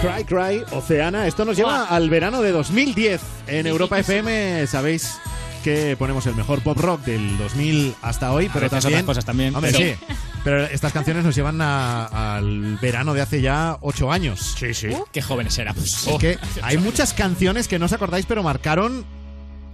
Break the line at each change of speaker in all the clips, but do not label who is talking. Cry Cry Oceana. Esto nos lleva al verano de 2010. En Europa FM sabéis que ponemos el mejor pop rock del 2000 hasta hoy, pero
veces
también
otras cosas también,
Hombre,
pero-
sí. Pero estas canciones nos llevan a- al verano de hace ya ocho años. Sí, sí.
Qué jóvenes
Pues
Oh. éramos.
Es que hay muchas canciones que no os acordáis, pero marcaron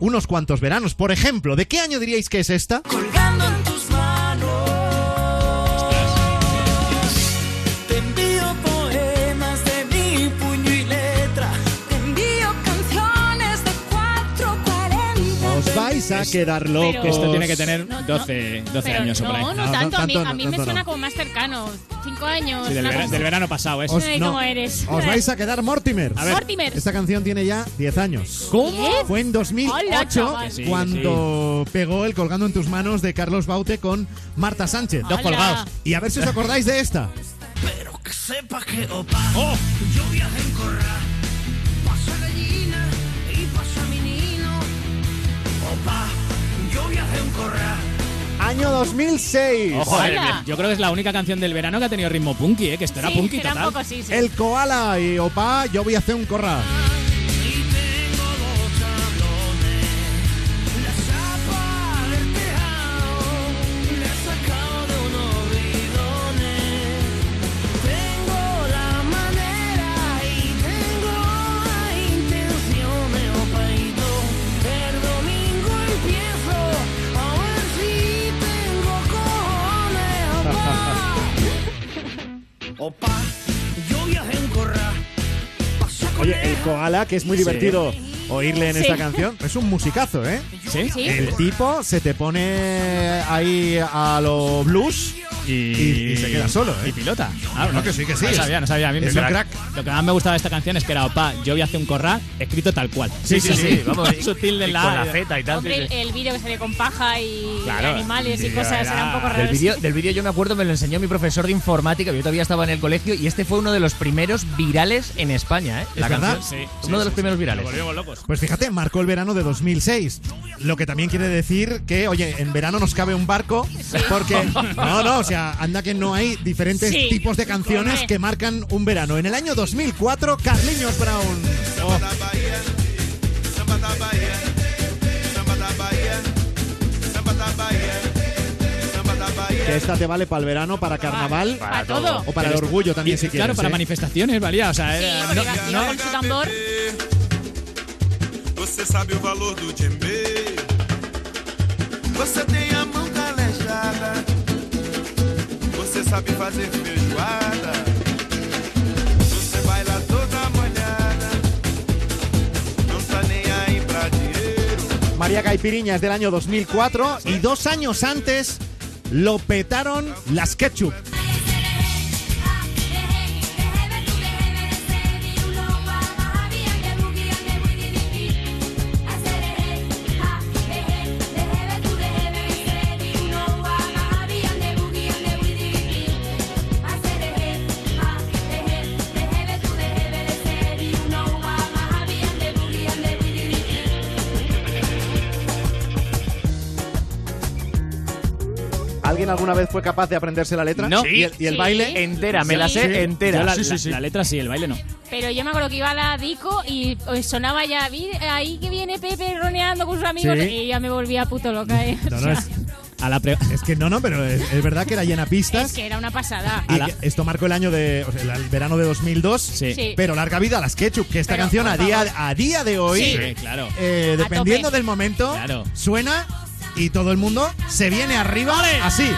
unos cuantos veranos. Por ejemplo, ¿de qué año diríais que es esta?
Colgando en tus manos. Te envío poemas de mi puño y letra. Te envío canciones de 440.
Os vais a quedar
locos.
locos.
Esto tiene que tener
No, no,
12, 12
pero
años Ah, o
no,
por ahí.
no,
No, no
tanto. a mí,
tanto,
a mí
no,
me
tanto
suena
no.
como más cercano. Cinco años.
Sí, del,
una
vera-
cosa-
del verano pasado, ¿eh? eso.
Os-
Ay, cómo eres.
Os vais a quedar Mortimer.
A ver.
Mortimer.
Esta canción tiene ya 10 años.
¿Cómo?
Fue en 2008
Hola, chaval.
Que sí, que
cuando pegó el colgando en tus manos de Carlos Baute con Marta Sánchez.
Dos Hola. colgados.
Y a ver si os acordáis de esta.
Pero que sepa que opa. Yo viajo en corral. Paso a gallina y paso a menino. Opa, yo viajo en corral.
Año 2006.
Ojo, eh,
Hola.
yo creo que es la única canción del verano que ha tenido ritmo punky, eh, que esto era
Sí,
punky
era un
total.
poco así, sí.
El koala y opa, yo voy a hacer un corral.
Y tengo dos tablones, la zapa del tejado, la he sacado de unos bidones. Tengo la manera y tengo la intención de opaito. El domingo empiezo a ver si tengo cojones, opa. Opa, yo viaje en corra, paso con
Oye, el koala, que es muy
Sí.
divertido oírle en
Sí.
esta canción. Es un musicazo, ¿eh?
¿Sí?
Sí.
El tipo se te pone ahí a lo blues.
Y,
Y- y se queda solo, eh.
Y pilota. Ah,
No, que sí, que sí.
No sabía, no sabía. A mí me-
Es un
lo-
crack.
Lo que más me gustaba de esta canción es que era, opa, yo voy a hacer un corral escrito tal cual.
Sí, sí, sí, vamos. y-
Sutil de
y
la...
Con la Z y tal.
Hombre, el,
sí, sí.
el vídeo que salió con paja y
Claro.
animales y
Sí,
cosas
era-
era un poco
Del
raro.
vídeo, del vídeo yo me acuerdo, me lo enseñó mi profesor de informática, yo todavía estaba en el colegio, y este fue uno de los primeros virales en España, ¿eh? La
¿Es verdad?
canción. uno de los primeros virales.
Nos volvimos locos.
Pues fíjate, marcó el verano de 2006. Lo que también quiere decir que, oye, en verano nos cabe un barco. Porque. No, no, o sea, anda que no hay diferentes
Sí.
tipos de canciones
Hombre.
que marcan un verano. En el año 2004, Carliños Brown. Que esta te vale para el verano, para carnaval.
Para todo.
O para el orgullo también,
Y-
si
Claro,
quieres.
para
¿eh?
manifestaciones valía. O sea,
Sí,
era-
porque iba, iba con su tambor.
Você sabe o valor do djembe. Você tem a mão calejada. Você sabe fazer feijoada. Você baila toda molhada. Não tá nem aí pra dinheiro.
María Caipiriña es del año 2004 y dos años antes lo petaron las Ketchup. ¿Alguien alguna vez fue capaz de aprenderse la letra?
No.
¿Y el, y el
Sí.
baile?
Entera, me
Sí.
la sé
Sí.
entera.
Yo la,
Sí, sí,
la-
sí.
la letra sí, el baile no.
Pero yo me acuerdo que iba a la disco y eh, sonaba ya, "Vi- ahí que viene Pepe roneando con sus amigos
Sí.
y ya me volvía puto loca. ¿eh?
No, no,
O sea,
es,
A la pre-
es que no, no, pero es, es verdad que era llena pistas.
es que era una pasada.
Y
Ala.
que esto marcó el año de o sea, el- el verano de 2002.
Sí.
Sí.
Pero larga vida a las Ketchup, que esta
Pero,
canción
por
a día,
favor.
a día de hoy,
Sí, claro.
eh,
A
dependiendo
tope.
del momento,
Claro.
suena y todo el mundo se viene arriba así.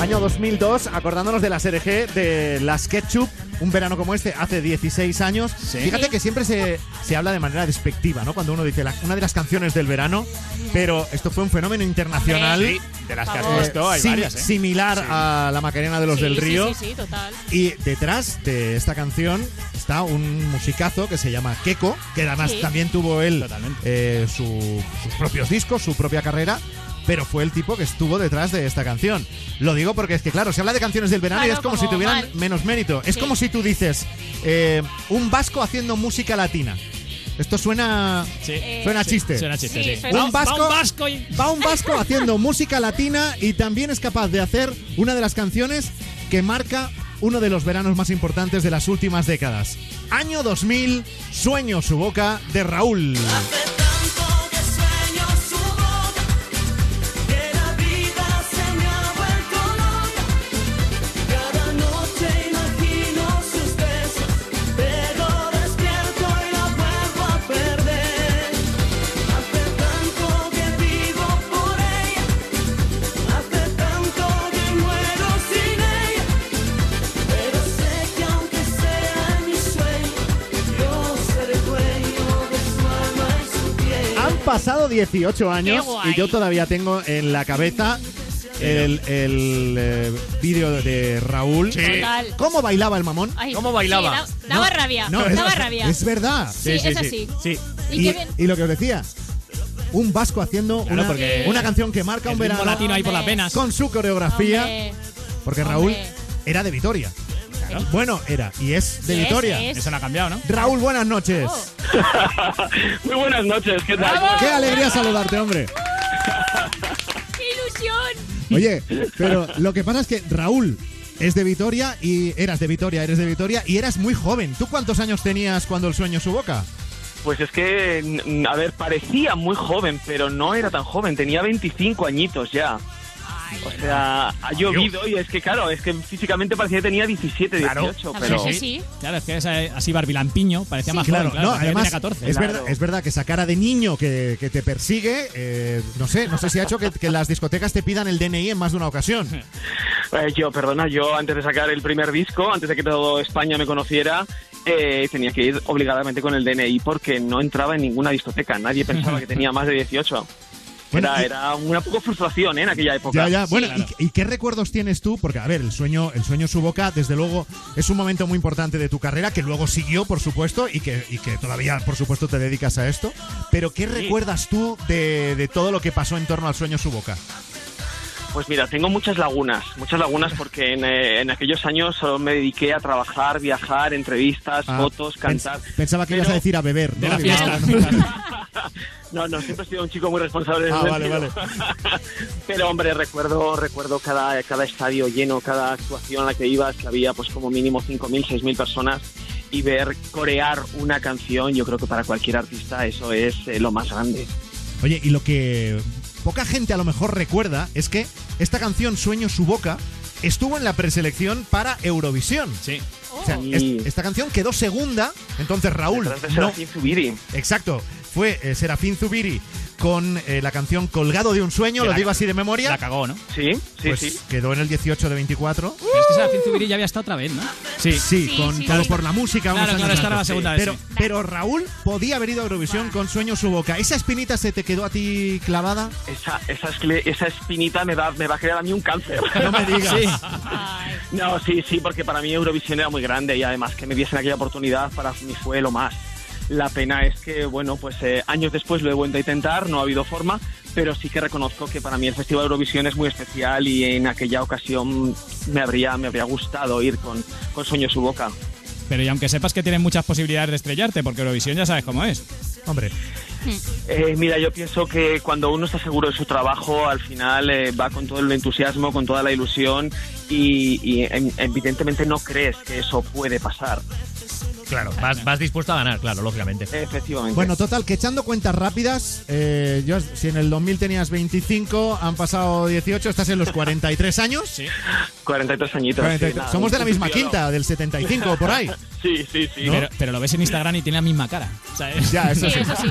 Año 2002, acordándonos de la RG de las Ketchup, un verano como este, hace 16 años.
Sí.
Fíjate que siempre se, se habla de manera despectiva, ¿no? Cuando uno dice la- una de las canciones del verano, pero esto fue un fenómeno internacional.
Hombre. que
de las que
has
has
Por favor.
puesto, hay
sim-
varias, ¿eh?
Similar a la Macarena de los
Sí,
del
sí,
Río.
Sí, sí, total.
Y detrás de esta canción está un musicazo que se llama Keko, que además
Sí.
también tuvo él
Totalmente.
eh, su- sus propios discos, su propia carrera. pero fue el tipo que estuvo detrás de esta canción. Lo digo porque es que, claro, se habla de canciones del verano y
Claro,
es como,
como
si tuvieran
mal.
menos mérito. Es
Sí.
como si tú dices, eh, un vasco haciendo música latina. Esto suena...
Sí.
Eh,
Suena
sí,
chiste.
Suena chiste,
Sí,
sí.
suena-
Va-
Un
va
vasco-
un vasco y-
Va un vasco haciendo música latina y también es capaz de hacer una de las canciones que marca uno de los veranos más importantes de las últimas décadas. Año 2000, Sueño su boca de Raúl.
Hace tanto que sueño su boca, que la vida se me ha vuelto loca. Cada noche imagino sus besos, pero despierto y la vuelvo a perder. Hace tanto que vivo por ella, hace tanto que muero sin ella. Pero sé que aunque sea mi sueño, yo seré dueño de su alma y su piel.
Han pasado 18 años
Qué guay.
y yo todavía tengo en la cabeza el, el, eh, vídeo de Raúl.
Total.
¿Cómo bailaba el mamón?
Ay,
¿Cómo bailaba?
sí, da- daba rabia.
No,
daba
es,
rabia.
es verdad.
Sí, es así.
Sí.
Y
Y,
qué bien.
y lo que os decía, un vasco haciendo
Claro,
una,
porque
una canción que marca un
El ritmo
verano
latino ahí por las
Hombre.
venas.
con su coreografía,
Hombre,
porque Raúl
hombre.
era de Vitoria. Bueno, era y es de
Y es,
Vitoria.
es.
Eso no ha cambiado, ¿no?
Raúl, buenas noches.
oh,
Muy buenas noches, ¿qué tal?
Qué alegría saludarte, hombre.
¡Qué ilusión!
Oye, pero lo que pasa es que Raúl es de Vitoria y eras de Vitoria, eres de Vitoria y eras muy joven. ¿Tú cuántos años tenías cuando el sueño su boca?
Pues es que, mm, a ver, parecía muy joven, pero no era tan joven, tenía 25 añitos ya. O sea, ha llovido y es que, claro, es que físicamente parecía que tenía 17, 18,
A ver,
pero...
sí, Ah, sí.
Claro, es que es eh, así barbilampiño, parecía más
claro,
joven, claro,
no,
parecía que
además
tenía 14.
es,
Claro.
verdad, es verdad que esa cara de niño que, que te persigue, eh, no sé, no sé si ha hecho que, que las discotecas te pidan el DNI en más de una ocasión.
Eh, yo, perdona, yo antes de sacar el primer disco, antes de que todo España me conociera, eh, tenía que ir obligadamente con el DNI porque no entraba en ninguna discoteca. Nadie pensaba que tenía más de 18.
Bueno,
Era,
y-
era una poco frustración ¿eh? en aquella época.
Ya, ya. Bueno,
claro.
¿y, y qué recuerdos tienes tú? Porque, a ver, el sueño, el sueño su boca, desde luego, es un momento muy importante de tu carrera, que luego siguió, por supuesto, y que, y que todavía, por supuesto, te dedicas a esto. Pero, ¿qué recuerdas tú de, de todo lo que pasó en torno al sueño su boca?
Pues mira, tengo muchas lagunas, muchas lagunas porque en, eh, en aquellos años solo me dediqué a trabajar, viajar, entrevistas,
Ah,
fotos,
pens-
cantar.
pensaba que ibas a
Pero-
decir a beber, ¿no?
De la
Digo,
fiesta.
no, no.
No, no, siempre he sido un chico muy responsable. en
Ah,
ese
vale,
sentido. Pero hombre, recuerdo, recuerdo cada, cada estadio lleno, cada actuación a la que ibas, que había pues como mínimo 5.000, 6.000 personas y ver corear una canción, yo creo que para cualquier artista eso es eh, lo más grande.
Oye, y lo que poca gente a lo mejor recuerda es que esta canción Sueño su boca estuvo en la preselección para Eurovisión.
Sí.
Oh.
O sea,
Sí.
es- esta canción quedó segunda, entonces Raúl
Detrás de
no,
Serafín Zubiri.
Exacto. Fue eh, Serafín Zubiri con eh, la canción Colgado de un sueño,
Que
lo
la-
digo así de
La
memoria.
cagó, ¿no?
Sí, sí,
pues
sí.
quedó en el 18 de 24.
Pero es que Serafín Zubiri ya había estado otra vez, ¿no? Sí.
Sí,
Sí,
con
sí,
todo
sí.
por la música.
Claro,
unos años
claro, esta era la
antes.
segunda vez,
Pero,
sí.
pero Raúl podía haber ido a Eurovisión con Sueño en su boca. ¿Esa espinita se te quedó a ti clavada?
Esa, esa, escle- esa espinita me va, me va a crear a mí un cáncer.
No me digas.
Sí.
Ay,
No, sí, sí, porque para mí Eurovisión era muy grande y además que me diesen aquella oportunidad para mí fue lo más. La pena es que, bueno, pues eh, años después lo he vuelto a intentar, no ha habido forma, pero sí que reconozco que para mí el Festival de Eurovisión es muy especial y en aquella ocasión me habría, me habría gustado ir con, con Sueño en su boca.
Pero y aunque sepas que tienes muchas posibilidades de estrellarte, porque Eurovisión ya sabes cómo es.
Hombre,
Eh, mira, yo pienso que cuando uno está seguro de su trabajo, al final eh, va con todo el entusiasmo, con toda la ilusión y, y, em, evidentemente no crees que eso puede pasar.
Claro, vas, vas dispuesto a ganar, claro, lógicamente.
Efectivamente.
Bueno, total, que echando cuentas rápidas, eh, yo, si en el 2000 tenías 25, han pasado 18, estás en los 43 años.
43 añitos.
43.
sí, nada,
Somos de la misma
principio,
quinta, del 75 o por ahí.
¿no? Sí, sí, sí.
Pero, pero lo ves en Instagram y tiene la misma cara. ¿sabes?
Ya, eso
sí,
sí.
eso sí.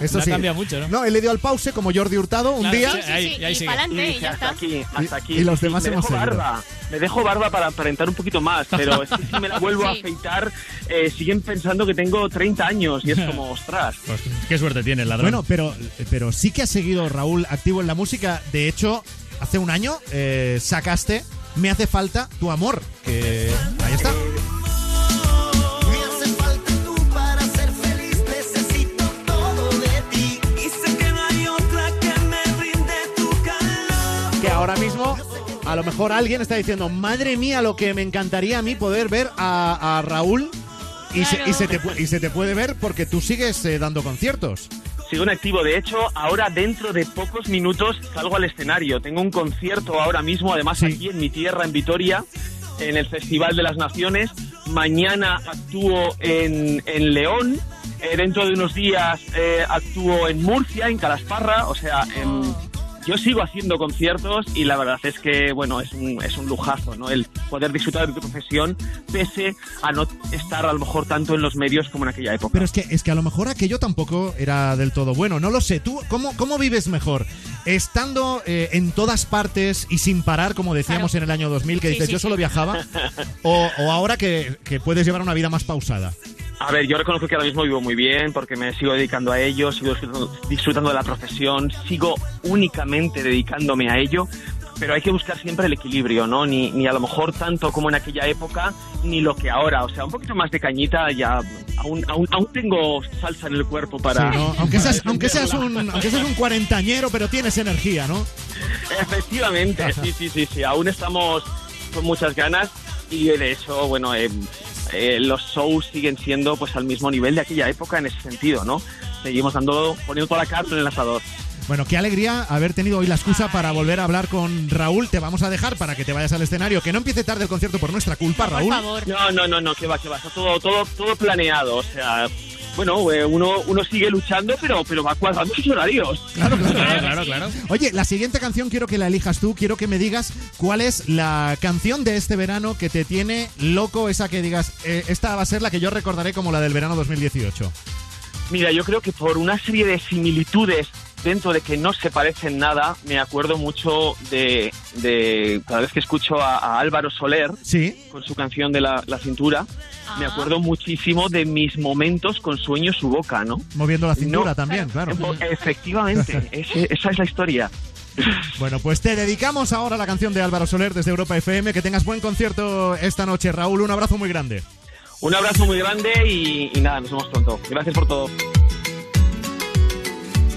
Eso
No ha
sí.
cambiado mucho, ¿no?
él le dio al pause como Jordi Hurtado un
Claro,
día.
sí, Ahí-
sí,
ahí
sí, y
sigue.
para
Y
adelante,
dije,
ya
hasta
está.
aquí,
Y-
hasta aquí.
y los
Sí,
demás
me
hemos
dejo
seguido.
barba, me dejo barba para aparentar un poquito más, pero es que si me la vuelvo a
Sí.
afeitar, eh, siguen pensando que tengo 30 años y es como, ostras.
Pues, qué suerte tiene el ladrón.
Bueno, pero, pero sí que has seguido Raúl activo en la música. De hecho, hace un año eh, sacaste Me hace falta tu amor. Que ahí está.
Me hace falta tú para ser feliz, necesito todo de ti. Y sé que no hay otra que me brinde tu
ahora mismo a lo mejor alguien está diciendo, madre mía, lo que me encantaría a mí poder ver a, a Raúl. Y, se, y, se te, pu- y se te puede ver porque tú sigues eh, dando conciertos.
Sigo en activo, de hecho, ahora dentro de pocos minutos salgo al escenario. Tengo un concierto ahora mismo, además
Sí.
aquí en mi tierra, en Vitoria, en el Festival de las Naciones. Mañana actúo en, en León. Eh, dentro de unos días eh, actúo en Murcia, en Calasparra. O sea, em, yo sigo haciendo conciertos y la verdad es que, bueno, es un, es un lujazo, ¿no? El poder disfrutar de tu profesión, pese a no estar a lo mejor tanto en los medios como en aquella época.
Pero es que, es que a lo mejor aquello tampoco era del todo bueno. No lo sé. ¿Tú cómo, cómo vives mejor? ¿Estando eh, en todas partes y sin parar, como decíamos en el año 2000, que
Sí,
dices
sí,
yo
sí.
solo viajaba? o, o ahora que, que puedes llevar una vida más pausada?
A ver, yo reconozco que ahora mismo vivo muy bien porque me sigo dedicando a ello, sigo disfrutando, disfrutando de la profesión, sigo únicamente dedicándome a ello, pero hay que buscar siempre el equilibrio, ¿no? Ni, ni a lo mejor tanto como en aquella época, ni lo que ahora. O sea, un poquito más de cañita, ya aún, aún, aún tengo salsa en el cuerpo para...
Sí, ¿no? aunque, seas, aunque, seas un, aunque seas un cuarentañero, pero tienes energía, ¿no?
Efectivamente, sí, sí, sí, sí, aún estamos con muchas ganas y de hecho, bueno, eh, eh, los shows siguen siendo pues al mismo nivel de aquella época en ese sentido, ¿no? Seguimos dando, poniendo toda la carne en el asador.
Bueno, qué alegría haber tenido hoy la excusa para volver a hablar con Raúl. Te vamos a dejar para que te vayas al escenario. Que no empiece tarde el concierto por nuestra culpa,
Por
Raúl.
favor.
No, no, no, no, que va, que va, está todo, todo, todo planeado, o sea, bueno, eh, uno, uno sigue luchando, pero, pero va cuadrando sus horarios.
Claro, claro, claro.
claro, claro.
Oye, la siguiente canción quiero que la elijas tú. Quiero que me digas cuál es la canción de este verano que te tiene loco. Esa que digas, eh, esta va a ser la que yo recordaré como la del verano 2018.
Mira, yo creo que por una serie de similitudes dentro de que no se parecen nada, me acuerdo mucho de, de cada vez que escucho a, a Álvaro Soler
Sí.
con su canción de la, la cintura, me
Ah.
acuerdo muchísimo de mis momentos con sueño su boca, ¿no?
Moviendo la cintura
No.
también, claro.
Epo- Efectivamente, ese- esa es la historia.
Bueno, pues te dedicamos ahora la canción de Álvaro Soler desde Europa FM. Que tengas buen concierto esta noche, Raúl. Un abrazo muy grande.
Un abrazo muy grande y, y nada, nos vemos pronto. Gracias por todo.